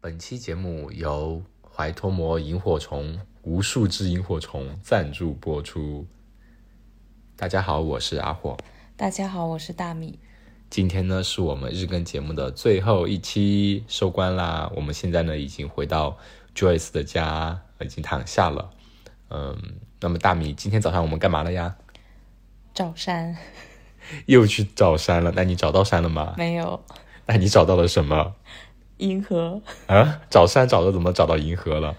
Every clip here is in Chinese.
本期节目由怀脱魔萤火虫无数只萤火虫赞助播出。大家好，我是阿火。大家好，我是大米。今天呢是我们日更节目的最后一期，收官啦！我们现在呢已经回到 Joyce 的家，已经躺下了。嗯，那么大米，今天早上我们干嘛了呀？赵山又去找山了？那你找到山了吗？没有那你找到了什么？银河， 啊，找山找的怎么找到银河了？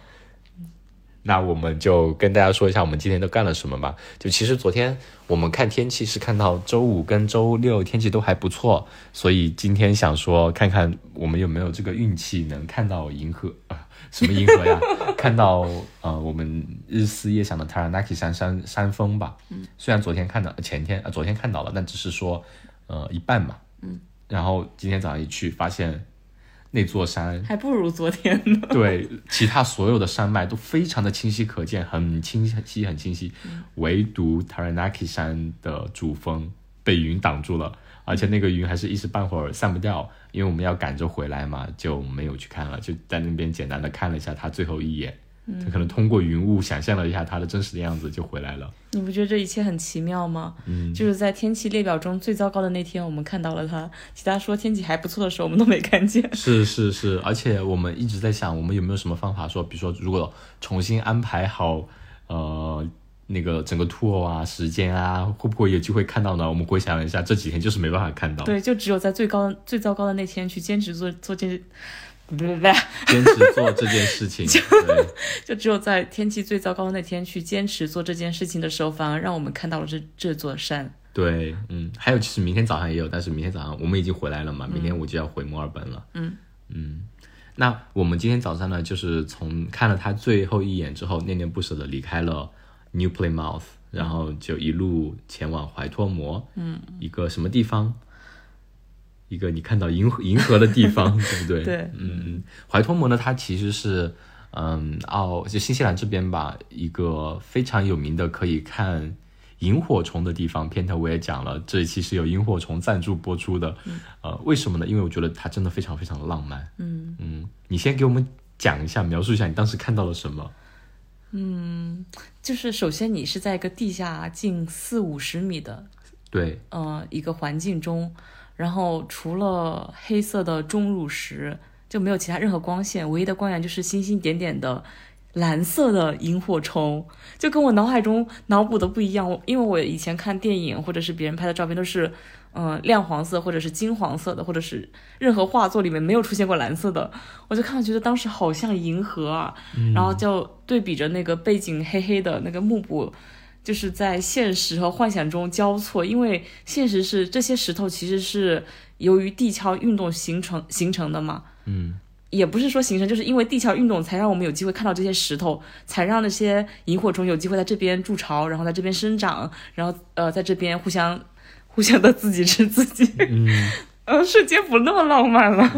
那我们就跟大家说一下我们今天都干了什么吧。就其实昨天我们看天气是看到周五跟周六天气都还不错，所以今天想说看看我们有没有这个运气能看到银河 啊，什么银河呀？ 看到呃我们日思夜想的塔尔纳基山山山峰吧。嗯，虽然昨天看到前天啊、呃昨天看到了，但只是说呃一半嘛。嗯，然后今天早上一去发现那座山还不如昨天 呢。对，其他所有的山脉都非常的清晰可见，很清晰，很清晰，唯独 Taranaki 山的主峰被云挡住了，而且那个云还是一时半会儿散不掉，因为我们要赶着回来嘛，就没有去看了，就在那边简单的看了一下它最后一眼，他可能通过云雾想象了一下它的真实的样子就回来了。你不觉得这一切很奇妙吗？嗯，就是在天气列表中最糟糕的那天，我们看到了它；其他说天气还不错的时候，我们都没看 见。是是是，而且我们一直在想，我们有没有什么方法说，比如说如果重新安排好，呃，那个整个 tour 啊、时间啊，会不会有机会看到呢？我们回想了一下，这几天就是没办法看到，对，就只有在最高最糟糕的那天去兼职做做这， 不不不，坚持做这件事情。对， 就只有在天气最糟糕的那天去坚持做这件事情的时候，反而让我们看到了这这座山。对，嗯，还有其实明天早上也有，但是明天早上我们已经回来了嘛，明天我就要回墨尔本了。嗯那我们今天早上呢，就是从看了他最后一眼之后，恋恋不舍的离开了 New Plymouth，然后就一路前往怀托摩，嗯，一个什么地方？一个你看到银河 银河的地方，对不对？对，嗯，怀托摩呢，它其实是，嗯，澳就新西兰这边吧，一个非常有名的可以看萤火虫的地方。片头我也讲了，这一期是有萤火虫赞助播出的，呃，为什么呢？因为我觉得它真的非常非常的浪漫。嗯嗯，你先给我们讲一下，描述一下你当时看到了什么？就是首先你是在一个地下近四五十米的对，呃一个环境中，然后除了黑色的钟乳石，就没有其他任何光线，唯一的光源就是星星点点的蓝色的萤火虫，就跟我脑海中脑补的不一样。我因为我以前看电影或者是别人拍的照片都是，嗯、亮黄色或者是金黄色的，或者是任何画作里面没有出现过蓝色的，我就看了觉得当时好像银河啊，然后就对比着那个背景黑黑的那个幕布。就是在现实和幻想中交错，因为现实是这些石头其实是由于地壳运动形成形成的嘛，嗯，也不是说形成，就是因为地壳运动才让我们有机会看到这些石头，才让那些萤火虫有机会在这边筑巢，然后在这边生长，然后呃在这边互相互相的自己吃自己，嗯， 呃瞬间不那么浪漫了，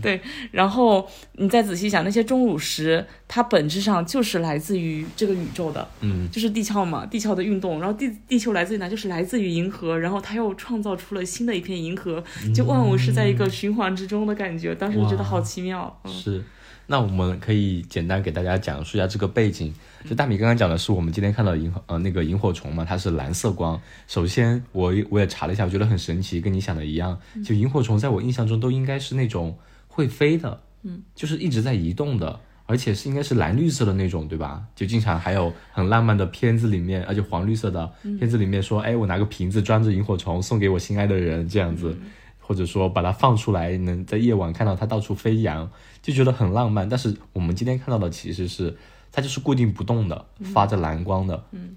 对，然后你再仔细想，那些钟乳石它本质上就是来自于这个宇宙的，嗯，就是地壳嘛，地壳的运动，然后地地球来自于哪？就是来自于银河，然后它又创造出了新的一片银河，嗯 就万物是在一个循环之中的感觉，当时就觉得好奇妙。嗯是。那我们可以简单给大家讲述一下这个背景。就大米刚刚讲的是我们今天看到的萤火呃那个萤火虫嘛，它是蓝色光。首先我我也查了一下，我觉得很神奇，跟你想的一样。就萤火虫在我印象中都应该是那种会飞的，嗯，就是一直在移动的，而且是应该是蓝绿色的那种，对吧？就经常还有很浪漫的片子里面，而且黄绿色的片子里面说，哎，我拿个瓶子装着萤火虫送给我心爱的人这样子，或者说把它放出来，能在夜晚看到它到处飞扬。就觉得很浪漫。但是我们今天看到的其实是它就是固定不动的，发着蓝光的。嗯。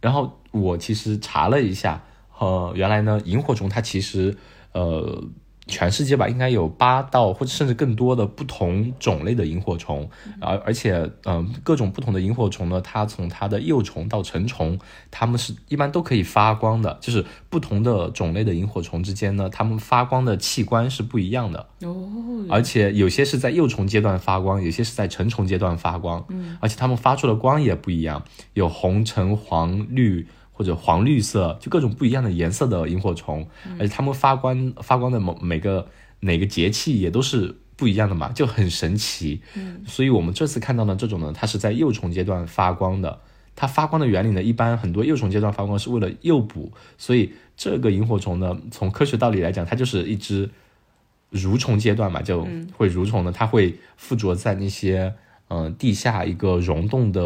然后我其实查了一下，呃，原来呢，萤火虫它其实呃，全世界吧应该有八到或者甚至更多的不同种类的萤火虫，而、而且嗯、呃各种不同的萤火虫呢，它从它的幼虫到成虫，它们是一般都可以发光的，就是不同的种类的萤火虫之间呢，它们发光的器官是不一样的。哦，而且有些是在幼虫阶段发光，有些是在成虫阶段发光，嗯，而且它们发出的光也不一样，有红、橙、黄、绿或者黄绿色，就各种不一样的颜色的萤火虫，而且它们发光发光的某每个哪个节气也都是不一样的嘛，就很神奇。嗯，所以我们这次看到呢，这种呢，它是在幼虫阶段发光的。它发光的原理呢，一般很多幼虫阶段发光是为了诱捕，所以这个萤火虫呢，从科学道理来讲，它就是一只蠕虫阶段嘛，就会蠕虫呢，它会附着在那些嗯、呃地下一个溶洞的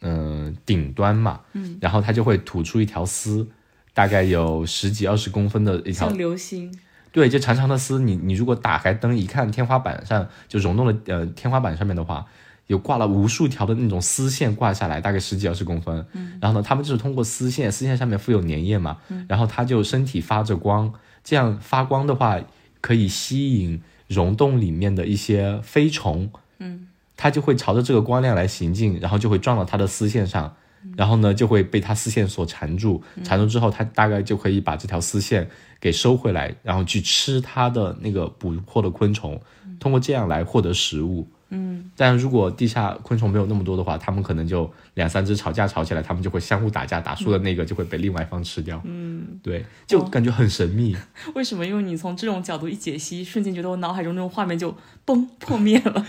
嗯、呃顶端嘛，嗯，然后它就会吐出一条丝，大概有十几二十公分的一条像流星，对，就长长的丝，你你如果打开灯一看，天花板上就溶洞的呃天花板上面的话，有挂了无数条的那种丝线挂下来，大概十几二十公分。然后呢，他们就是通过丝线，丝线上面附有粘液嘛，然后它就身体发着光，这样发光的话可以吸引溶洞里面的一些飞虫，嗯，它就会朝着这个光亮来行进，然后就会撞到它的丝线上。然后呢，就会被它丝线所缠住，缠住之后，它大概就可以把这条丝线给收回来，然后去吃它的那个捕获的昆虫，通过这样来获得食物。嗯，但如果地下昆虫没有那么多的话，它们可能就两三只吵架吵起来，它们就会相互打架，打输的那个就会被另外一方吃掉。嗯，对，就感觉很神秘。为什么？因为你从这种角度一解析，瞬间觉得我脑海中那种画面就崩破灭了。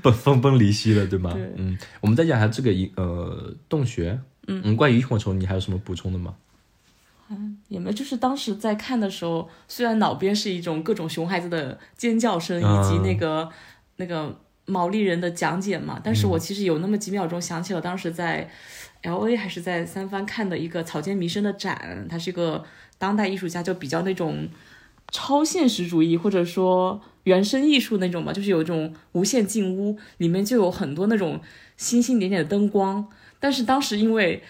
分分崩离析了，对吗？对嗯，我们再讲一下这个萤呃洞穴。嗯关于萤火虫，你还有什么补充的吗？也没有，就是当时在看的时候，虽然脑边是一种各种熊孩子的尖叫嗯声以及那个、那个毛利人的讲解嘛，但是我其实有那么几秒钟想起了当时在 L A 还是在三藩看的一个草间弥生的展，他是一个当代艺术家，就比较那种超现实主义或者说原生艺术那种吧，就是有一种无限进屋，里面就有很多那种星星点点的灯光，但是当时因为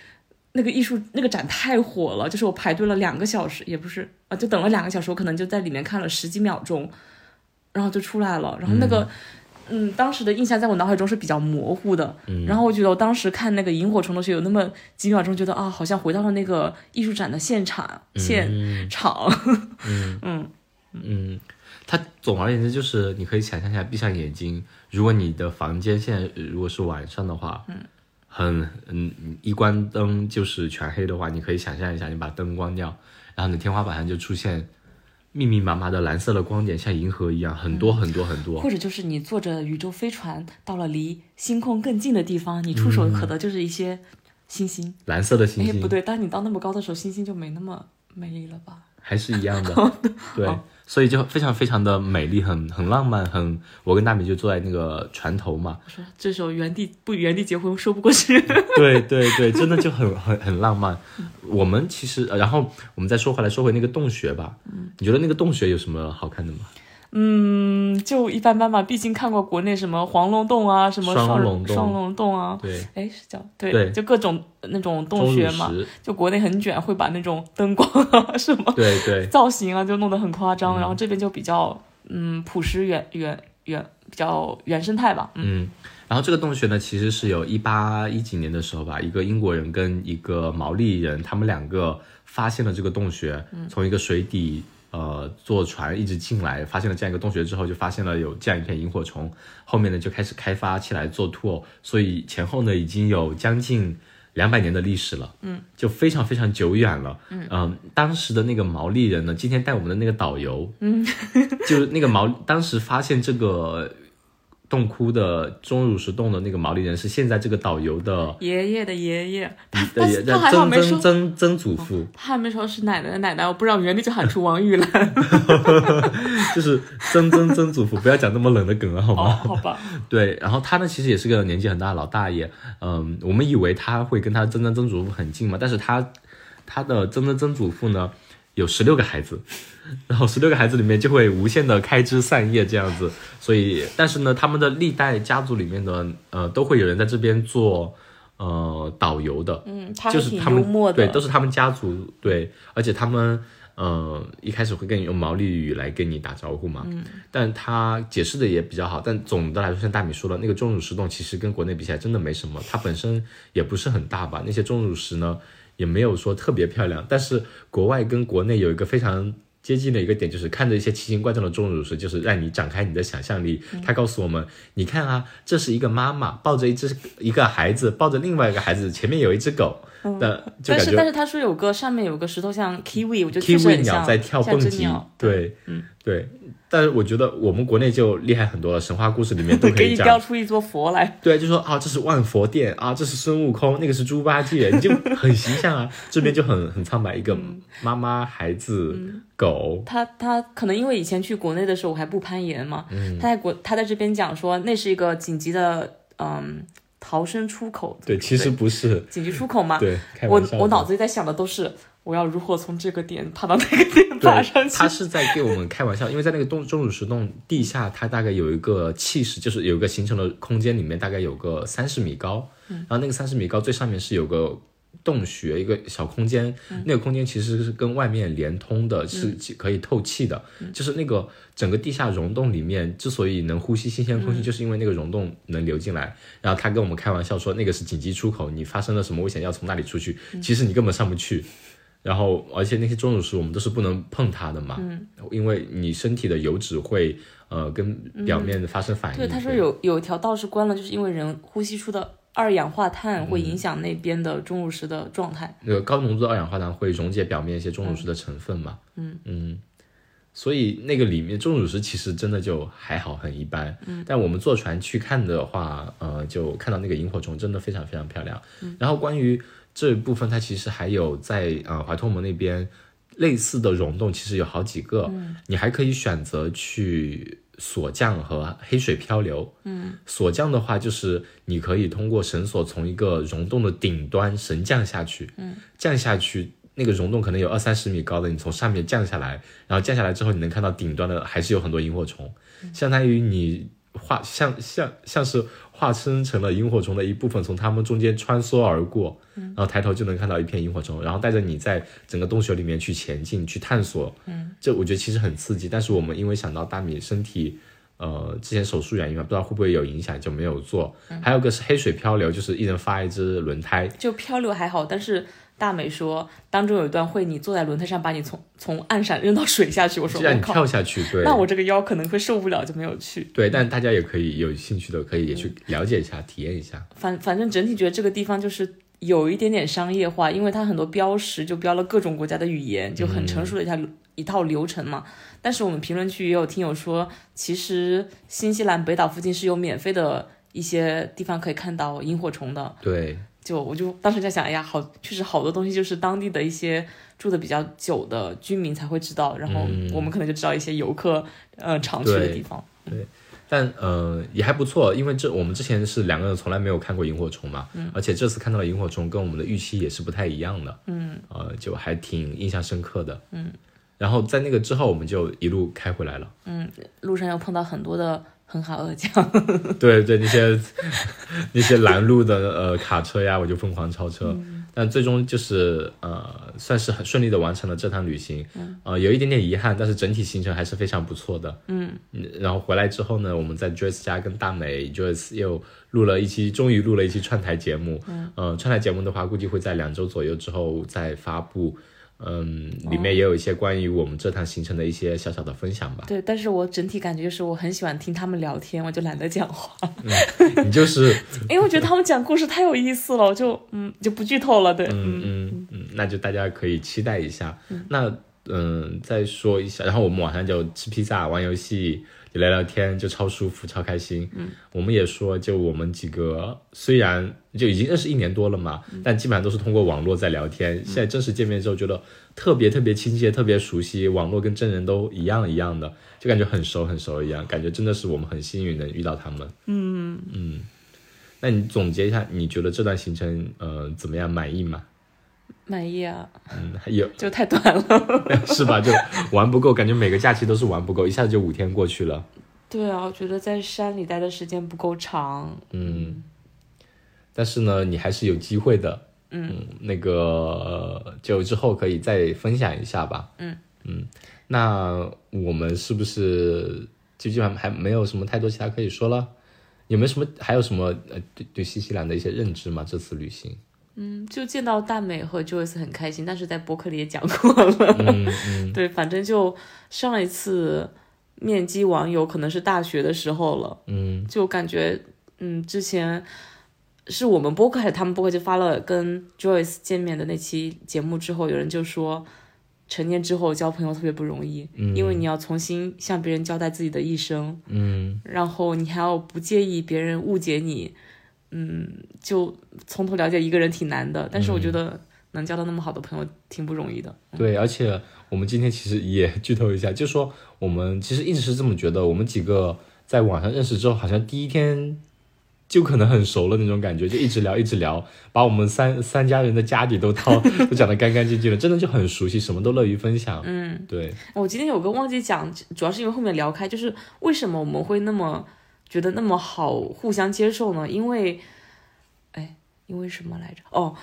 那个艺术那个展太火了，就是我排队了两个小时，也不是啊，就等了两个小时，我可能就在里面看了十几秒钟，然后就出来了。然后那个，嗯当时的印象在我脑海中是比较模糊的。嗯然后我觉得我当时看那个萤火虫的时候，有那么几秒钟觉得啊，好像回到了那个艺术展的现场嗯现场。它总而言之就是，你可以想象一下，闭上眼睛，如果你的房间现在呃如果是晚上的话，嗯，很嗯，一关灯就是全黑的话，你可以想象一下，你把灯关掉，然后你天花板上就出现密密麻麻的蓝色的光点，像银河一样，很多很多很多。或者就是你坐着宇宙飞船到了离星空更近的地方，你触手可得就是一些星星。蓝色的嗯星哎，星不对，当你到那么高的时候，星星就没那么美了吧？还是一样的，对，所以就非常非常的美丽，很很浪漫，很。我跟大米就坐在那个船头嘛，我说这时候原地不原地结婚说不过去。对对对，真的就很 很很浪漫。我们其实，呃然后我们再说回来，说回那个洞穴吧。你觉得那个洞穴有什么好看的吗？ 嗯，就一般般吧，毕竟看过国内什么黄龙洞啊，什么双双龙洞双龙洞啊，对，哎是叫对对就各种那种洞钟乳穴嘛， 石，就国内很卷，会把那种灯光啊什么对对，嗯造型啊就弄得很夸张，然后这边就比较嗯朴实原原原比较原生态吧，嗯嗯。然后这个洞穴呢，其实是有一八一几年的时候吧，一个英国人跟一个毛利人，他们两个发现了这个洞穴，嗯从一个水底呃坐船一直进来，发现了这样一个洞穴之后，就发现了有这样一片萤火虫，后面呢就开始开发起来做 tour，所以前后呢已经有将近两百年的历史了，嗯，就非常非常久远了，嗯、当时的那个毛利人呢，今天带我们的那个导游，嗯， 就是那个毛，当时发现这个洞窟的钟乳石洞的那个毛利人是现在这个导游的爷爷的爷爷，的但是他还好曾没说曾哦曾曾祖父，他还没说是奶奶的奶奶，我不知道原地就喊出王玉兰，就是曾曾曾祖父，不要讲那么冷的梗了好吗？哦， 好吧， 对，然后他呢，其实也是个年纪很大的老大爷，嗯，我们以为他会跟他曾曾曾祖父很近嘛，但是他他的曾曾曾祖父呢，有十六个孩子， 然后十六个孩子里面就会无限的开枝散叶这样子，所以，但是呢，他们的历代家族里面的呃，都会有人在这边做呃导游的，嗯，他就还是挺他幽们默的，对，都是他们家族对，而且他们呃一开始会跟你用毛利语来跟你打招呼嘛，嗯但他解释的也比较好，但总的来说，像大米说的，那个钟乳石洞其实跟国内比起来真的没什么，它本身也不是很大吧，那些钟乳石呢也没有说特别漂亮，但是国外跟国内有一个非常。接近的一个点就是看着一些奇形怪状的钟乳石，就是让你展开你的想象力。嗯他告诉我们，你看啊，这是一个妈妈抱着一只一个孩子，抱着另外一个孩子，前面有一只狗，那就嗯但感是但觉是他说有个上面有个石头像 kiwi，我觉得确实 kiwi 很鸟像在跳蹦像只极鸟，嗯对，对，但是我觉得我们国内就厉害很多了，神话故事里 面都可给以你这雕样。出一座佛来。对，就说啊，这是万佛殿啊，这是孙悟空，那个是猪八戒，你就很形象啊。这边就很很苍白，一个妈妈、孩子、狗，他他可能因为以前去国内的时候我还不攀岩嘛，嗯他在国他在这边讲说那是一个紧急的嗯逃生出口，对，其实不是，紧急出口嘛。对，开啊我玩笑的。我脑子里在想的都是我要如何从这个点爬到那个 点爬上 对，去他。是在给我们开玩笑，因为在那个东钟乳石洞地下，它大概有一个气势，就是有一个形成的空间，里面大概有个三十米高，然后那个三十米高最上面是有个洞穴，一个小空间，那个空间其实是跟外面连通的，是可以透气的，就是那个整个地下溶洞里面之所以能呼吸新鲜空气，就是因为那个溶洞能流进来。然后他跟我们开玩笑说，那个是紧急出口，你发生了什么危险要从那里出去，其实你根本上不去。然后，而且那些钟乳石我们都是不能碰它的嘛，因为你身体的油脂会呃跟表面发生反应。对，他说有有一条道是关了，就是因为人呼吸出的二氧化碳会影响那边的钟乳石的状态。那个高浓度的二氧化碳会溶解表面一些钟乳石的成分嘛。嗯所以那个里面钟乳石其实真的就还好，很一般。嗯，但我们坐船去看的话，呃，就看到那个萤火虫真的非常非常漂亮。然后关于这部分，它其实还有在呃怀托姆那边类似的溶洞，其实有好几个，你还可以选择去。索降和黑水漂流，嗯，索降的话就是你可以通过绳索从一个溶洞的顶端绳降下去，降下去，那个溶洞可能有二三十米高的，你从上面降下来，然后降下来之后，你能看到顶端的还是有很多萤火虫，相当于你化像像像是化身成了萤火虫的一部分，从它们中间穿梭而过，然后抬头就能看到一片萤火虫，然后带着你在整个洞穴里面去前进去探索，嗯，这我觉得其实很刺激，但是我们因为想到大米身体。呃，之前手术原因嘛，不知道会不会有影响，就没有做。还有个是黑水漂流，就是一人发一只轮胎，就漂流还好，但是大美说当中有一段会你坐在轮胎上把你从从岸上扔到水下去，我说就让我你靠，跳下去。对，那我这个腰可能会受不了，就没有去。对，但大家也可以有兴趣的，可以也去了解一下、体验一下。反反正整体觉得这个地方就是有一点点商业化，因为它很多标识就标了各种国家的语言，就很成熟的一套、嗯一套流程嘛。但是我们评论区也有听友说，其实新西兰北岛附近是有免费的一些地方可以看到萤火虫的，对，就我就当时在想，哎呀，好，确实好多东西就是当地的一些住的比较久的居民才会知道，然后我们可能就知道一些游客呃常去的嗯对地方。但呃也还不错，因为这我们之前是两个人从来没有看过萤火虫嘛，嗯而且这次看到的萤火虫跟我们的预期也是不太一样的，嗯，呃就还挺印象深刻的，嗯。然后在那个之后，我们就一路开回来了。路上又碰到很多的很好二将，对对，那些 那些拦路的呃卡车呀，我就疯狂超车。但最终就是呃，算是很顺利的完成了这趟旅行。呃，有一点点遗憾，但是整体行程还是非常不错的。嗯，然后回来之后呢，我们在 Joyce 家跟大美 Joyce 又录了一期，终于录了一期串台节目。嗯，呃，串台节目的话，估计会在两周左右之后再发布。嗯，里面也有一些关于我们这趟行程的一些小小的分享吧。 对，但是我整体感觉就是我很喜欢听他们聊天，我就懒得讲话， 你就是因为我觉得他们讲故事太有意思了，我就嗯就不剧透了，对，嗯嗯嗯，那就大家可以期待一下。那嗯，再说一下，然后我们晚上就吃披萨、玩游戏、就聊聊天，就超舒服、超开心。嗯，我们也说，就我们几个虽然就已经认识一年多了嘛，但基本上都是通过网络在聊天。现在正式见面之后，觉得特别特别亲切、特别熟悉，网络跟真人都一样一样的，就感觉很熟很熟一样，感觉真的是我们很幸运能遇到他们。嗯嗯。那你总结一下，你觉得这段行程呃怎么样？满意吗？满意啊，嗯，还有就太短了。 是吧？就玩不够，感觉每个假期都是玩不够，一下子就五天过去了。对啊，我觉得在山里待的时间不够长，嗯，但是呢，你还是有机会的。嗯那个呃就之后可以再分享一下吧。嗯那我们是不是就基本上还没有什么太多其他可以说了？有没有什么还有什么呃对对新西兰的一些认知吗？这次旅行？嗯，就见到大美和 Joyce 很开心，但是在博客里也讲过了。嗯 对，反正就上一次面基网友可能是大学的时候了，嗯就感觉嗯，之前是我们播客还是他们播客就发了跟 Joyce 见面的那期节目之后，有人就说成年之后交朋友特别不容易，因为你要重新向别人交代自己的一生，嗯，然后你还要不介意别人误解你，嗯，就从头了解一个人挺难的。但是我觉得能交到那么好的朋友挺不容易的。对，而且我们今天其实也 剧透一下，就说我们其实一直是这么觉得，我们几个在网上认识之后，好像第一天就可能很熟了那种感觉，就一直聊一直聊，把我们三三家人的家底都掏都讲得干干净净了，真的就很熟悉，什么都乐于分享。嗯，对，我今天有个忘记讲，主要是因为后面聊开，就是为什么我们会那么觉得那么好互相接受呢？因为，哎，因为什么来着？哦，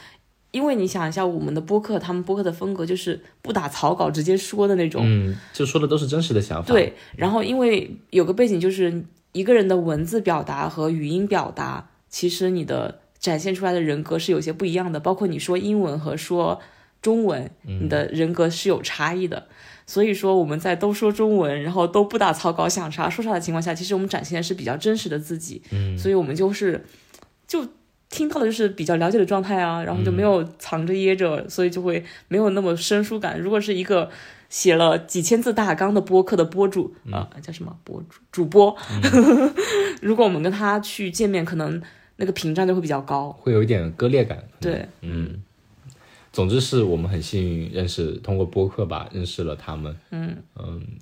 因为你想一下，我们的播客，他们播客的风格就是不打草稿直接说的那种。嗯，就说的都是真实的想法。，对，然后因为有个背景，就是一个人的文字表达和语音表达，其实你的展现出来的人格是有些不一样的，包括你说英文和说中文，嗯你的人格是有差异的。所以说我们在都说中文，然后都不打草稿想啥说啥的情况下，其实我们展现的是比较真实的自己。嗯，所以我们就是就。听到的就是比较了解的状态啊，然后就嗯没有藏着掖着，所以就会没有那么生疏感。如果是一个写了几千字大纲的播客的播主嗯啊、叫什么博主主播， 如果我们跟他去见面，可能那个屏障就会比较高。会有一点割裂感。对，嗯，总之是我们很幸运认识，通过播客吧认识了他们。嗯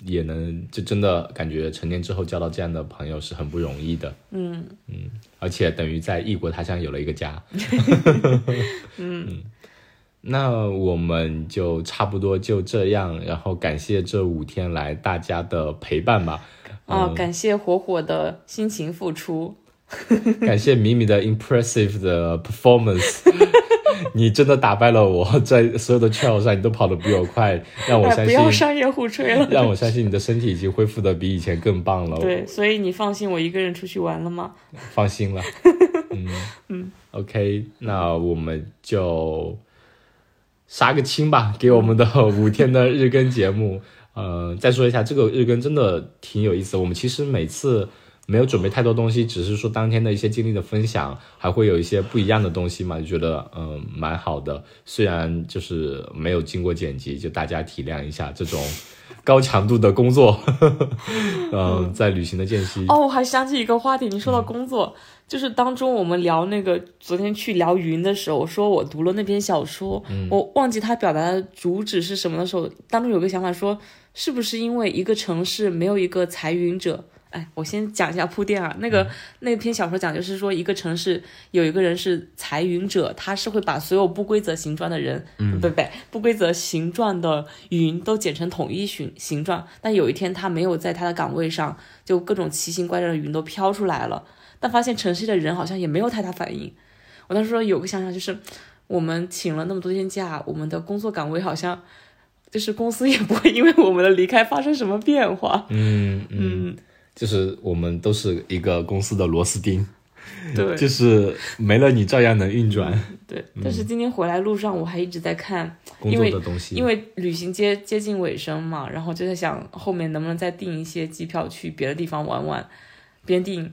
也能就真的感觉成年之后交到这样的朋友是很不容易的。嗯嗯，而且等于在异国他乡有了一个 家。 嗯。嗯那我们就差不多就这样，然后感谢这五天来大家的陪伴 吧，啊、感谢火火的辛勤付出，感谢米米的 impressive 的 performance，你真的打败了我，在所有的 trail 上你都跑得比我快，让我哎，相不要信，商业互吹了。让我相信你的身体已经恢复得比以前更棒了，对，所以你放心，我一个人出去玩了吗？放心了。嗯 OK，那我们就杀个青吧，给我们的五天的日更节目。 呃，再说一下，这个日更真的挺有意思的。我们其实每次没有准备太多东西，只是说当天的一些经历的分享，还会有一些不一样的东西嘛，就觉得嗯、蛮好的。虽然就是没有经过剪辑，就大家体谅一下这种高强度的工作。嗯、在旅行的间隙，哦，我还想起一个话题，你说到工作，就是当中我们聊那个昨天去聊云的时候，我说我读了那篇小说，我忘记它表达的主旨是什么的时候，当中有个想法说，是不是因为一个城市没有一个裁云者？哎，我先讲一下铺垫啊，那个、那篇小说讲就是说，一个城市有一个人是裁云者，他是会把所有不规则形状的人，嗯、不不不规则形状的云都剪成统一形形状，但有一天他没有在他的岗位上，就各种奇形怪状的云都飘出来了，但发现城市的人好像也没有太大反应。我当时说有个想法就是，我们请了那么多天假，我们的工作岗位好像就是公司也不会因为我们的离开发生什么变化。嗯嗯，就是我们都是一个公司的螺丝钉，对就是没了你照样能运转对，但嗯是今天回来路上我还一直在看工作的东西。因为旅行接接近尾声嘛，然后就在想后面能不能再订一些机票去别的地方玩玩，边订。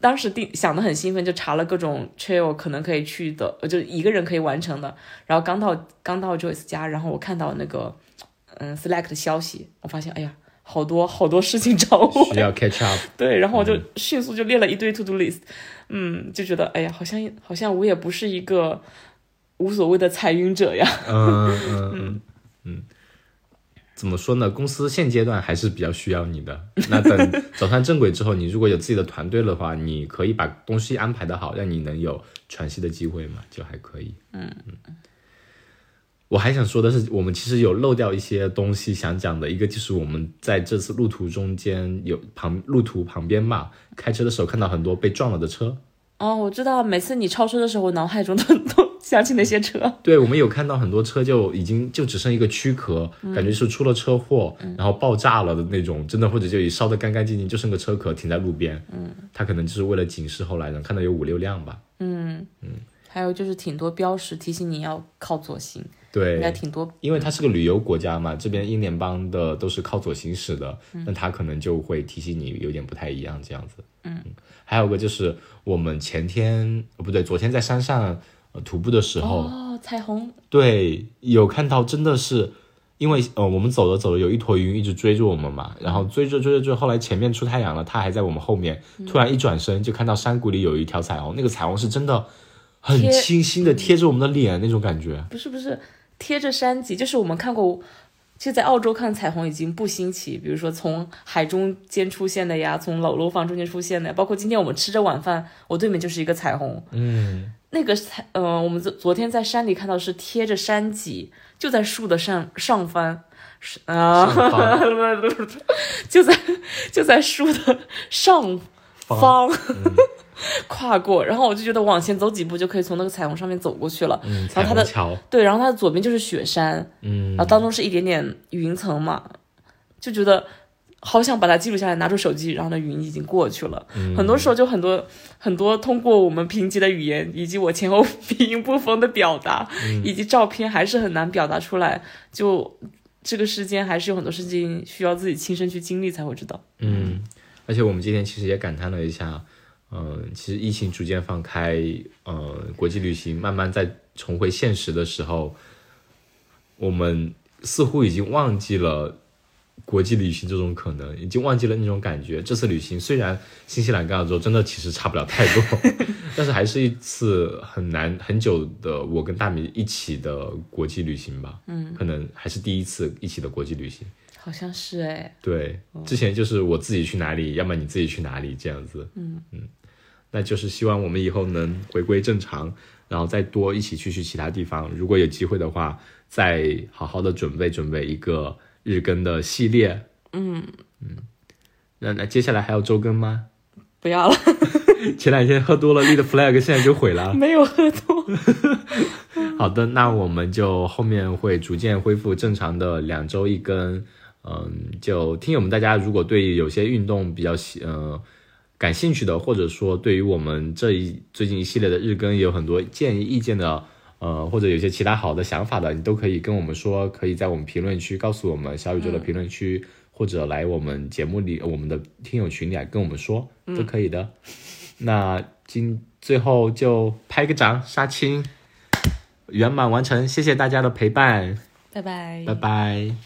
当时订想的很兴奋，就查了各种 trail 可能可以去的，呃，就一个人可以完成的。然后刚到刚到 Joyce 家，然后我看到那个嗯 Slack 的消息，我发现哎呀，好多好多事情 找我，需要 catch up，对，然后我就迅速就列了一堆 to do list，嗯，就觉得哎呀，好像好像我也不是一个无所谓的彩云者呀。嗯嗯嗯嗯，怎么说呢？公司现阶段还是比较需要你的。那 等走上正轨之后，你如果有自己的团队的话，你可以把东西安排的好，让你能有喘息的机会嘛，就还可以。嗯我还想说的是，我们其实有漏掉一些东西想讲的。一个就是我们在这次路途中间有旁路途旁边嘛，开车的时候看到很多被撞了的车。哦，我知道，每次你超车的时候，我脑海中都 都想起那些车。对，我们有看到很多车就已经就只剩一个躯壳，感觉是出了车祸，然后爆炸了的那种，真的或者就已烧得干干净净，就剩个车壳停在路边。嗯，他可能就是为了警示后来人，看到有五六辆吧。还有就是挺多标识提醒你要靠左行，应对，该挺多。因为它是个旅游国家嘛，这边英联邦的都是靠左行驶的，那他可能就会提醒你有点不太一样这样子。嗯，还有个就是我们前天哦不对，昨天在山上、呃徒步的时候，哦，彩虹，对，有看到真的是因为呃，我们走着走着有一坨云一直追着我们嘛，然后追着追着追着，后来前面出太阳了，它还在我们后面，嗯突然一转身就看到山谷里有一条彩虹，那个彩虹是真的很贴清新的贴着我们的脸那种感觉。不是不是，贴着山脊，就是我们看过，其实，在澳洲看彩虹已经不新奇，比如说从海中间出现的呀，从老楼房中间出现的呀，包括今天我们吃着晚饭，我对面就是一个彩虹。嗯，那个彩，呃，我们昨昨天在山里看到是贴着山脊，就在树的上上方。是啊，上方 就在就在树的上方跨过，然后我就觉得往前走几步就可以从那个彩虹上面走过去了。嗯， 然彩后它虹的桥，对，然后它的左边就是雪山，嗯然后当中是一点点云层嘛，就觉得好想把它记录下来，拿出手机，然后那云已经过去了。很多时候就很多很多通过我们贫瘠的语言，以及我前后 鼻音不分的表达，以及照片，还是很难表达出来。就这个世间还是有很多事情需要自己亲身去经历才会知道。嗯，而且我们今天其实也感叹了一下，嗯、其实疫情逐渐放开，呃，国际旅行慢慢在重回现实的时候，我们似乎已经忘记了国际旅行这种可能，已经忘记了那种感觉。这次旅行虽然新西兰跟澳洲真的其实差不了太多，但是还是一次很难很久的我跟大米一起的国际旅行吧。嗯，可能还是第一次一起的国际旅行。好像是哎，对，之前就是我自己去哪里，要么你自己去哪里这样子。嗯那就是希望我们以后能回归正常，然后再多一起去去其他地方。如果有机会的话，再好好的准备准备一个日更的系列。嗯嗯，那那接下来还要周更吗？不要了， 前两天喝多了立的 flag，现在就毁了。没有喝多。好的，那我们就后面会逐渐恢复正常的两周一根。嗯，就听友们大家如果对有些运动比较喜呃感兴趣的，或者说对于我们这一最近一系列的日更也有很多建议意见的，呃，或者有些其他好的想法的，你都可以跟我们说，可以在我们评论区告诉我们小宇宙的评论区，或者来我们节目里呃我们的听友群里啊来跟我们说，都可以的。那今最后就拍个掌，杀青。圆满完成，谢谢大家的陪伴，拜拜拜拜。